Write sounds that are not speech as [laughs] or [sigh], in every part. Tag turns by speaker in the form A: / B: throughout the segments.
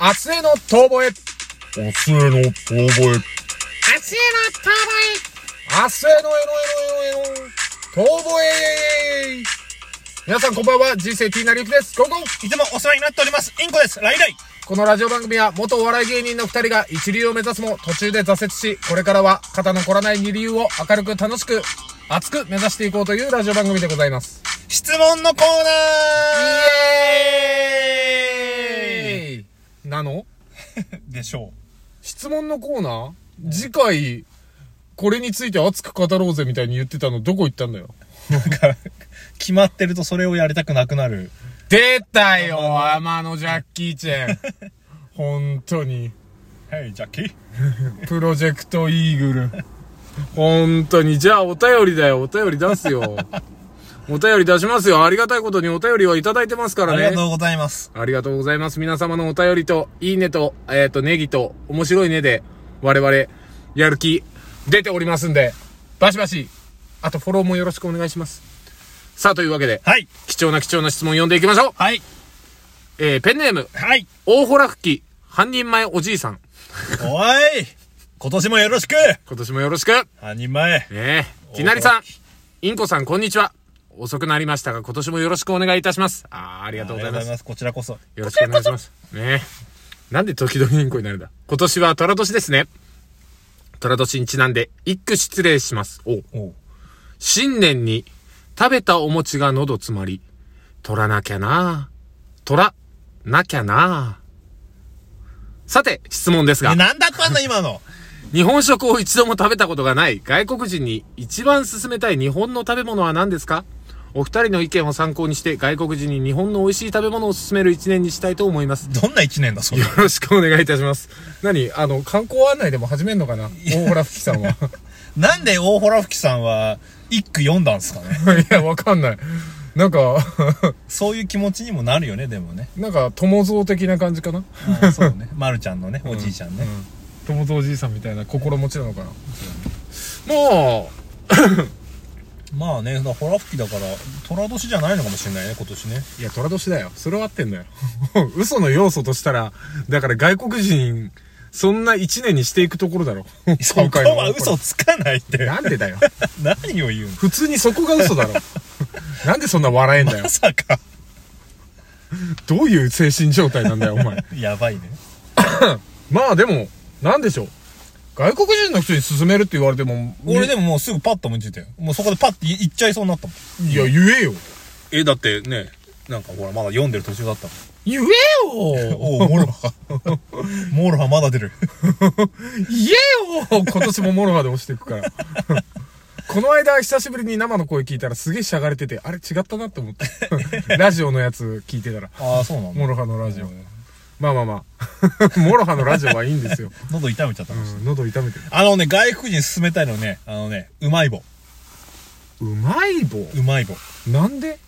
A: 明日への遠吠え。
B: おつえの遠吠
A: 明
B: え。
A: 日への遠吠え。明日へのエロエロエロエロ。遠吠え。皆さんこんばんは、人生 T なりゆきです。ゴーゴー
B: いつもお世話になっております。インコです。ライライ。
A: このラジオ番組は元お笑い芸人の二人が一流を目指すも途中で挫折し、これからは肩の凝らない二流を明るく楽しく、熱く目指していこうというラジオ番組でございます。
B: 質問のコーナー
A: えー、なの
B: でしょ
A: 質問のコーナー次回、これについて熱く語ろうぜみたいに言ってたのどこ行ったんだよ。
B: う。なんか、決まってるとそれをやりたくなくなる。
A: 出たよ、天野ジャッキーチェン。本当に。
B: はい、ジャッキー。
A: プロジェクトイーグル。本当に。じゃあ、お便りだよ。お便り出すよ。お便り出しますよ。ありがたいことにお便りはいただいてますから
B: あり
A: ね。
B: がとうございます。
A: ありがとうございます。皆様のお便りと、いいねと、えっ、と、ネギと、面白いねで、我々、やる気、出ておりますんで、バシバシ、あとフォローもよろしくお願いします。さあ、というわけで、
B: はい。
A: 貴重な貴重な質問読んでいきましょう。
B: はい。
A: えー、ペンネーム、
B: はい。
A: 大ホラ吹き、半人前おじいさん。
B: おい今年もよろしく
A: 今年もよろしく
B: 半人前。
A: ねえ。きなりさん、インコさん、こんにちは。遅くなりましたが、今年もよろしくお願いいたします。あーありが
B: あ
A: とうございます。
B: す。こちらこそ。
A: よろしくお願いします。ねえ。なんで時々インコになるんだ今年は虎年ですね。虎年にちなんで、一句失礼します。おう
B: おう
A: 新年に、食べたお餅が喉詰まり、取らなきゃな取ら、なきゃなさて、質問ですが
B: え、。なんだったんだ今の。
A: 日本食を一度も食べたことがない外国人に一番勧めたい日本の食べ物は何ですかお二人の意見を参考にして外国人に日本の美味しい食べ物を勧める一年にしたいと思います。
B: どんな一年だ、それ
A: よ。ろしくお願いいたします。何あの、観光案内でも始めんのかな大原吹さんは。
B: なんで大ホラ吹きさんは、一句読んだんすかね。
A: いや、わかんない。なんか、 [laughs]
B: そういう気持ちにもなるよね、でもね。
A: なんか、友蔵的な感じかな
B: あそう [laughs] ね。まるちゃんのね、おじいちゃんね。
A: 友蔵おじいさんみたいな心持ちなのかなも
B: まあね、だからホラ吹きだから、虎年じゃないのかもしれないね、今年ね。
A: う、いや、虎年だよ。それは合ってんだよ。 [laughs] 嘘の要素としたら、だから外国人、そんな一年にしていくところだろ。
B: [laughs] そこは嘘つかないって。
A: なんでだよ。
B: [laughs] 何を言うの
A: 普通にそこが嘘だろ。 [laughs] なんでそんな笑えんだよ
B: ま。さか。 [laughs]
A: どういう精神状態なんだよ、お前。
B: やばいね。
A: まあでも、なんでしょう。外国人の人に勧めるって言われても、
B: 俺でももうすぐパッと思いついたよ。もうそこでパッて言っちゃいそうになったもん。
A: いや、言えよ。
B: え、だってね、なんかほら、まだ読んでる途中だったもん。
A: 言えよ
B: [laughs] おお、モロハ。モロハまだ出る。
A: 言えよ今年もモロハで押していくから。この間、久しぶりに生の声聞いたらすげえしゃがれてて、あれ違ったなって思った。ラジオのやつ聞いてたら、
B: [laughs] ああ、そうなの
A: モロハのラジオ。まあまあまあ。モロハのラジオはいいんですよ。
B: 喉痛めちゃった
A: う
B: の。
A: ん、喉痛めてる。
B: あのね、外国人勧めたいのね、あのね、うまい棒。
A: うまい棒
B: うまい棒。
A: なんで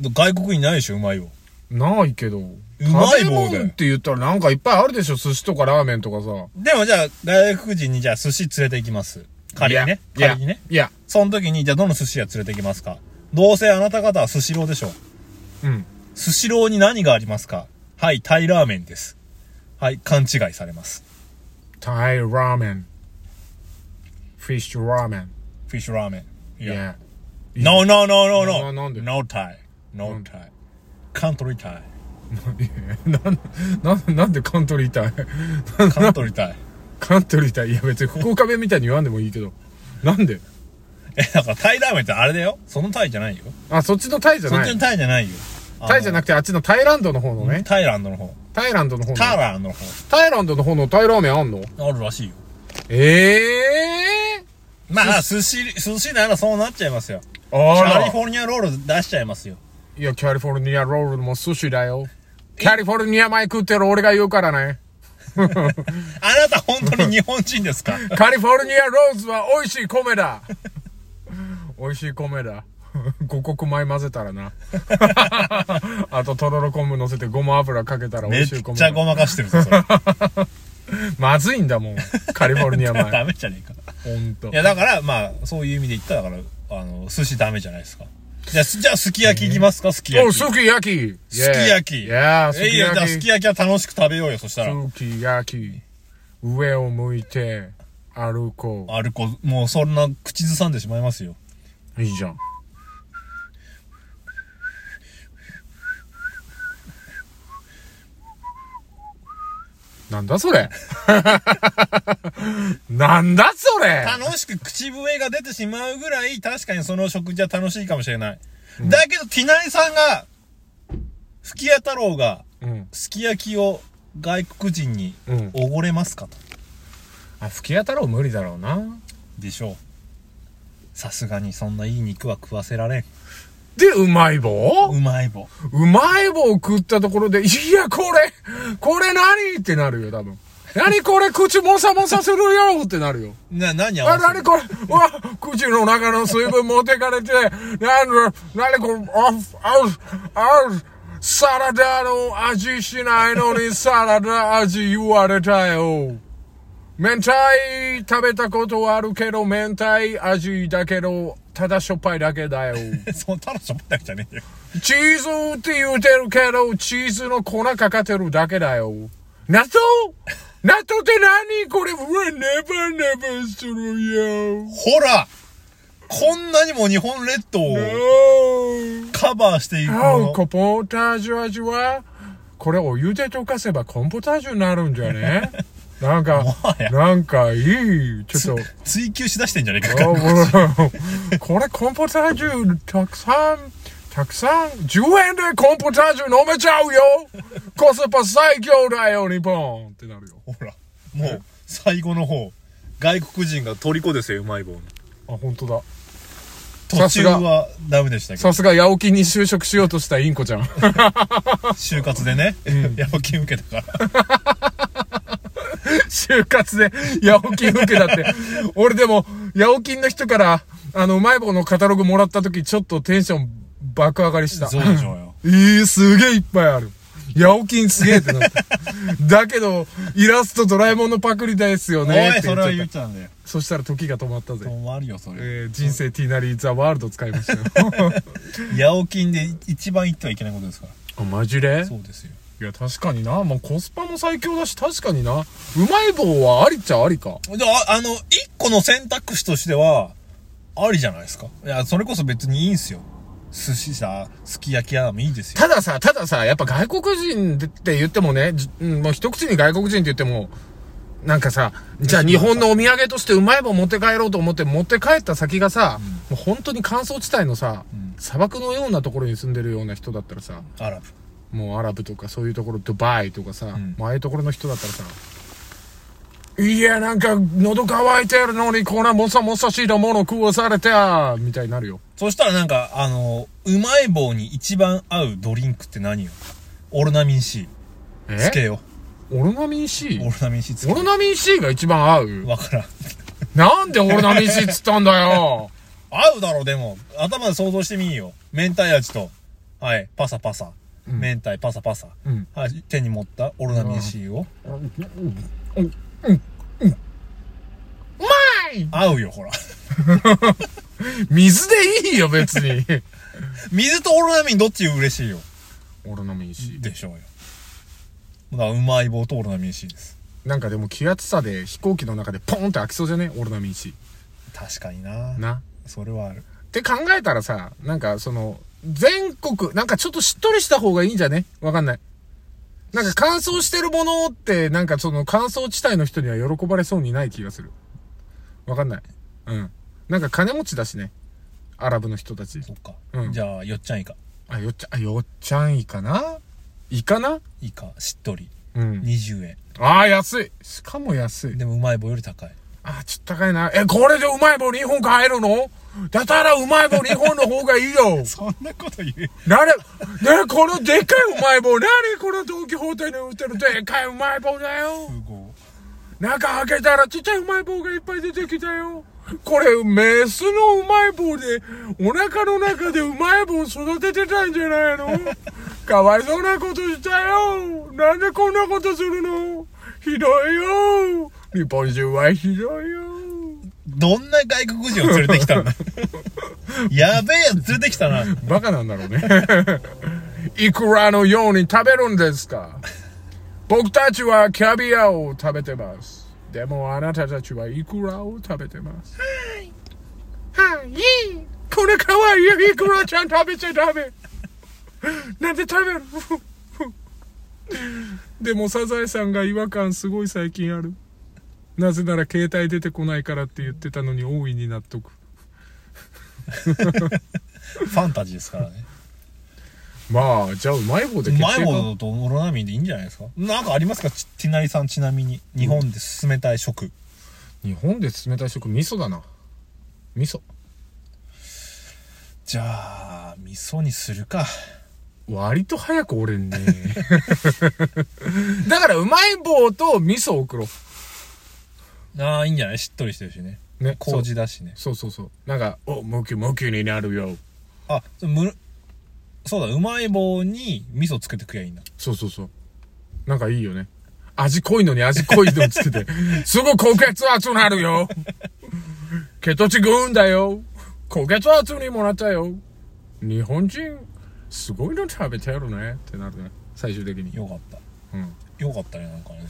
B: 外国にないでしょ、うまい棒。
A: ないけど。
B: ま
A: 食
B: い棒だよ
A: べ物って言ったらなんかいっぱいあるでしょ寿司とかラーメンとかさ。
B: でもじゃあ、外国人にじゃあ寿司連れて行きます。仮にね。
A: いや
B: 仮にね。。
A: いや、
B: その時に、じゃあどの寿司屋連れて行きますかどうせあなた方は寿司ローでしょう。
A: うん。
B: 寿司ローに何がありますかはい、タイラーメンです。はい、勘違いされます。
A: タイラーメン。フィッシュラーメン。
B: フィッシュラーメン。
A: いや。
B: No, no, no, no,
A: な
B: no.
A: なんで
B: No Thai. No Thai. カントリータイ。
A: [laughs] なん、なん、なんでカントリータイ
B: カントリータイ。 [laughs]
A: カントリータイいや別に福岡弁みたいに言わんでもいいけど。なんで
B: え、だからタイラーメンってあれだよ。そのタイじゃないよ。
A: あ、そっちのタイじゃ
B: そっ
A: な
B: ち
A: い
B: の。タイじゃないよ。
A: タイじゃ
B: な
A: なくてあっちのタイランドの方のね。
B: タイランドの方。
A: タイランドの方の。
B: ターランドの方。
A: タイランドの方のタイラーメンあんの
B: あるらしいよ。
A: ええ
B: まあ、寿司、寿司ならそうなっちゃいますよ。
A: ー、あ
B: カリフォルニアロール出しちゃいますよ。
A: いや、カリフォルニアロールも寿司だよ。カリフォルニア米食ってる俺が言うからね。
B: あなた本当に日本人で
A: [laughs]
B: すか
A: カリフォルニアローズは美味しい米だ。美味しい米だ。五穀米混ぜたらな。あと、とろろ昆布乗せてごま油かけたら美
B: めっ
A: 味しい米
B: ち
A: だ
B: ゃ。ごまかしてるぞ、それ。
A: まずいんだもん。カリフォルニア米。
B: [laughs] ダメじゃねえか。
A: ほんと
B: い。や、だから、まあ、そういう意味で言ったら、だから、あの、寿司ダメじゃないですか。じゃあ、すじゃあすき焼きいきますか、すき
A: お
B: 焼
A: う、
B: き。
A: す
B: す
A: き焼き。
B: き焼き。
A: いやー、す
B: えい
A: き
B: や、じゃあ
A: 焼
B: す
A: き
B: き。焼きは楽しく食べようよ、そしたら。
A: すき焼き。上を向いて歩こ
B: アルコもうそんな口ずさんでしまいますよ。
A: う。いいじゃん。なんだそれ [laughs] なんだそれ
B: 楽しく口笛が出てしまうぐらい、確かにその食事は楽しいかもしれない。だけど、ティナリさんが、吹屋太郎が、
A: うん。
B: すき焼きを外国人に
A: うん。
B: おごれますかと。
A: あ、吹き屋太郎無理だろうな。
B: でしょう。さすがにそんないい肉は食わせられん。
A: で、うまい棒
B: うまい棒。
A: うまい棒食ったところで、いや、これ、これ何ってなるよ、多分。何これ、口もさもさするよってなるよ。
B: な、何合
A: あ、
B: わせ
A: 何
B: る
A: これ、うわ、口の中の水分持ってかれて、なんだ、何これ、あ、あ、あ、サラダの味しないのにサラダ味言われたよ。明太食べたことはあるけど、明太味だけど、ただしょっぱいだけだよ。
B: そのただしょっぱいだけじゃねえよ。
A: チーズって言うてるけど、チーズの粉かかってるだけだよ。納豆納豆って何これ、うわ、ネバネバするよ。
B: ほらこんなにも日本列島をカバーしていく
A: あ
B: も
A: う
B: の。
A: コポータージュ味は、これお湯で溶かせばコンポタージュになるんじゃねなんか
B: もは、や
A: なんかいい。ちょっと。
B: 追求しだしてんじゃねえか。
A: あもう [laughs] これコンポタージュたくさんたくさん10円でコンポタージュ飲めちゃうよコスパ最強だよ日本ってなるよ
B: ほら、もう、最後の方。外国人が虜ですよ、うまい棒の。
A: あ本当だ
B: 途中はダメでしたけど、
A: さすが八百金に就職しようとしたインコちゃん
B: 就活でね、 [laughs] やばき受けたから。
A: 就活で八百金受けたって俺でも八百金の人からあのうまい棒のカタログもらった時ちょっとテンション爆上がりした
B: そうでしょうよ。
A: えー、すげえいっぱいある。八百金すげえってなった。だけど、イラストドラえもんのパクリですよ
B: お
A: ねっ
B: い、
A: て言
B: そ
A: っちゃ
B: れは
A: っ
B: 言
A: た
B: っ。ちゃうんだよ。
A: そしたら時が止まったぜ。
B: もうあるよ、それ。
A: えー人生 T なりザ・ワールド使いました
B: [laughs]
A: よ。
B: 八百金で一番言ってはいけないことですから。
A: あ、マジで
B: そうですよ。
A: いや、確かにな。まあ、コスパも最強だし、確かにな。うまい棒はありっちゃありか。
B: で、ああの、一個の選択肢としては、ありじゃないですか。いや、それこそ別にいいんすよ。寿司さ、すき焼き屋でもいいですよ。
A: たださ、たださ、やっぱ外国人でって言ってもね、じうん、もう一口に外国人って言っても、なんかさ、じゃあ日本のお土産としてうまい棒持って帰ろうと思って持って帰った先がさ、もう本当に乾燥地帯のさ、
B: ん
A: 砂漠のようなところに住んでるような人だったらさ、
B: アラブ。
A: もうアラブとかそういうところ、ドバイとかさ、
B: ん
A: もうああいうところの人だったらさ、いや、なんか喉乾いてるのにこんなもさもさしたもの食わされてや、みたいになるよ。
B: そしたらなんか、あの、うまい棒に一番合うドリンクって何よオルナミン C。つけ
A: え
B: よ
A: オロナミン C?
B: う。オルナミン C つけ
A: オ
B: よ
A: ロナミン C が一番合う
B: う。わからん。
A: なんで俺ナミシっつったんだよ。
B: 合うだろ、でも。頭で想像してみいよ。明太味と、はい、パサパサ。
A: ん
B: 明太、パサパサ。
A: うん。
B: はい、手に持ったオルナミン C を。
A: うまい
B: 合うよ、ほら。
A: 水でいいよ、別に。
B: 水とオルナミンどっち嬉しいよ。
A: 俺ナミシ。
B: でしょうよ。だからうまい棒とオルナミン C です。
A: なんかでも気圧差で飛行機の中でポンって開きそうじゃね俺ナミシ。
B: 確かにな
A: な。
B: それはある。
A: って考えたらさ、なんかその、全国、なんかちょっとしっとりした方がいいんじゃねわかんない。なんか乾燥してるものって、なんかその乾燥地帯の人には喜ばれそうにない気がする。わかんない。うん。なんか金持ちだしね。アラブの人たち。
B: そっか。
A: うん
B: じゃあ、よっちゃんイカ。
A: あ、よっちゃん、あよっちゃんいかなイかな
B: イカ、しっとり。
A: うん。
B: 20円。
A: ああ、安い。しかも安い。
B: でもうまい棒より高い。
A: ああ、ちょっと高いな。え、これでうまい棒2本買えるのだったらうまい棒2本の方がいいよ。
B: そんなこと言う
A: なれ、ねえこのでっかいうまい棒、なにこのドンキホーテに売ってるでっかいうまい棒だよ。中開けたらちっちゃいうまい棒がいっぱい出てきたよ。これ、メスのうまい棒で、お腹の中でうまい棒育ててたんじゃないのかわいそうなことしたよ。なんでこんなことするのひどいよ。日本人はひどいよ。
B: どんな外国人を連れてき [laughs] たんだやべえやつ連れてきたな。
A: バカなんだろうね。 [laughs] いくらのように食べるんですか僕たちはキャビアを食べてます。でもあなたたちはいくらを食べてます。はい。はい。これかわいい。いくらちゃん食べちゃダメ。なんで食べる [laughs] でもサザエさんが違和感すごい最近ある。なぜなら携帯出てこないからって言ってたのに大いに納得。
B: ファンタジーですから [laughs] ね。
A: まあ、じゃあうまい方で
B: う
A: 決定
B: ま
A: か
B: いものとオロナミンでいいんじゃないですかなんかありますかちティナリさんちなみに。日本で進めたい食。
A: 日本で冷たい食味噌だな味噌
B: じゃあ、味噌にするか。
A: 割と早く折れんねだからうまい棒と味噌を送ろう
B: ああ、いいんじゃないしっとりしてるしね。
A: ね
B: 麹だしね。
A: そうそうそうそうなんか「お無給無給になるよ
B: あ、そうむる、そうだ、うまい棒に味噌つけてくやいいんだ。」
A: そうそうそうなんかいいよね味濃いのに味濃いのつけてすぐ高血圧になるよ血糖値グーンだよ高血圧にもなったよ日本人すごいの食べてるねってなるね最終的に
B: よかった。
A: うん
B: よかったね、なんかね。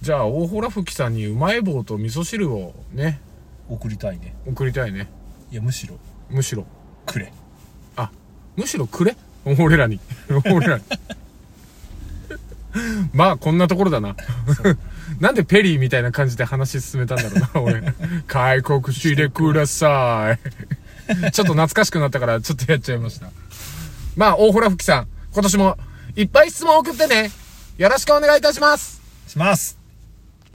A: じゃあ大ほら吹きさんにうまい棒と味噌汁をね
B: 送りたいね。
A: 送りたいね
B: いや、むしろ、
A: むしろ
B: くれ。
A: あむしろくれ [laughs] 俺らに俺らに [laughs] まあこんなところだな [laughs] なんでペリーみたいな感じで話進めたんだろうな俺開国してください [laughs] ちょっと懐かしくなったからちょっとやっちゃいましたまあ大ほら吹きさん今年もいっぱい質問送ってねよろしくお願いいたします
B: します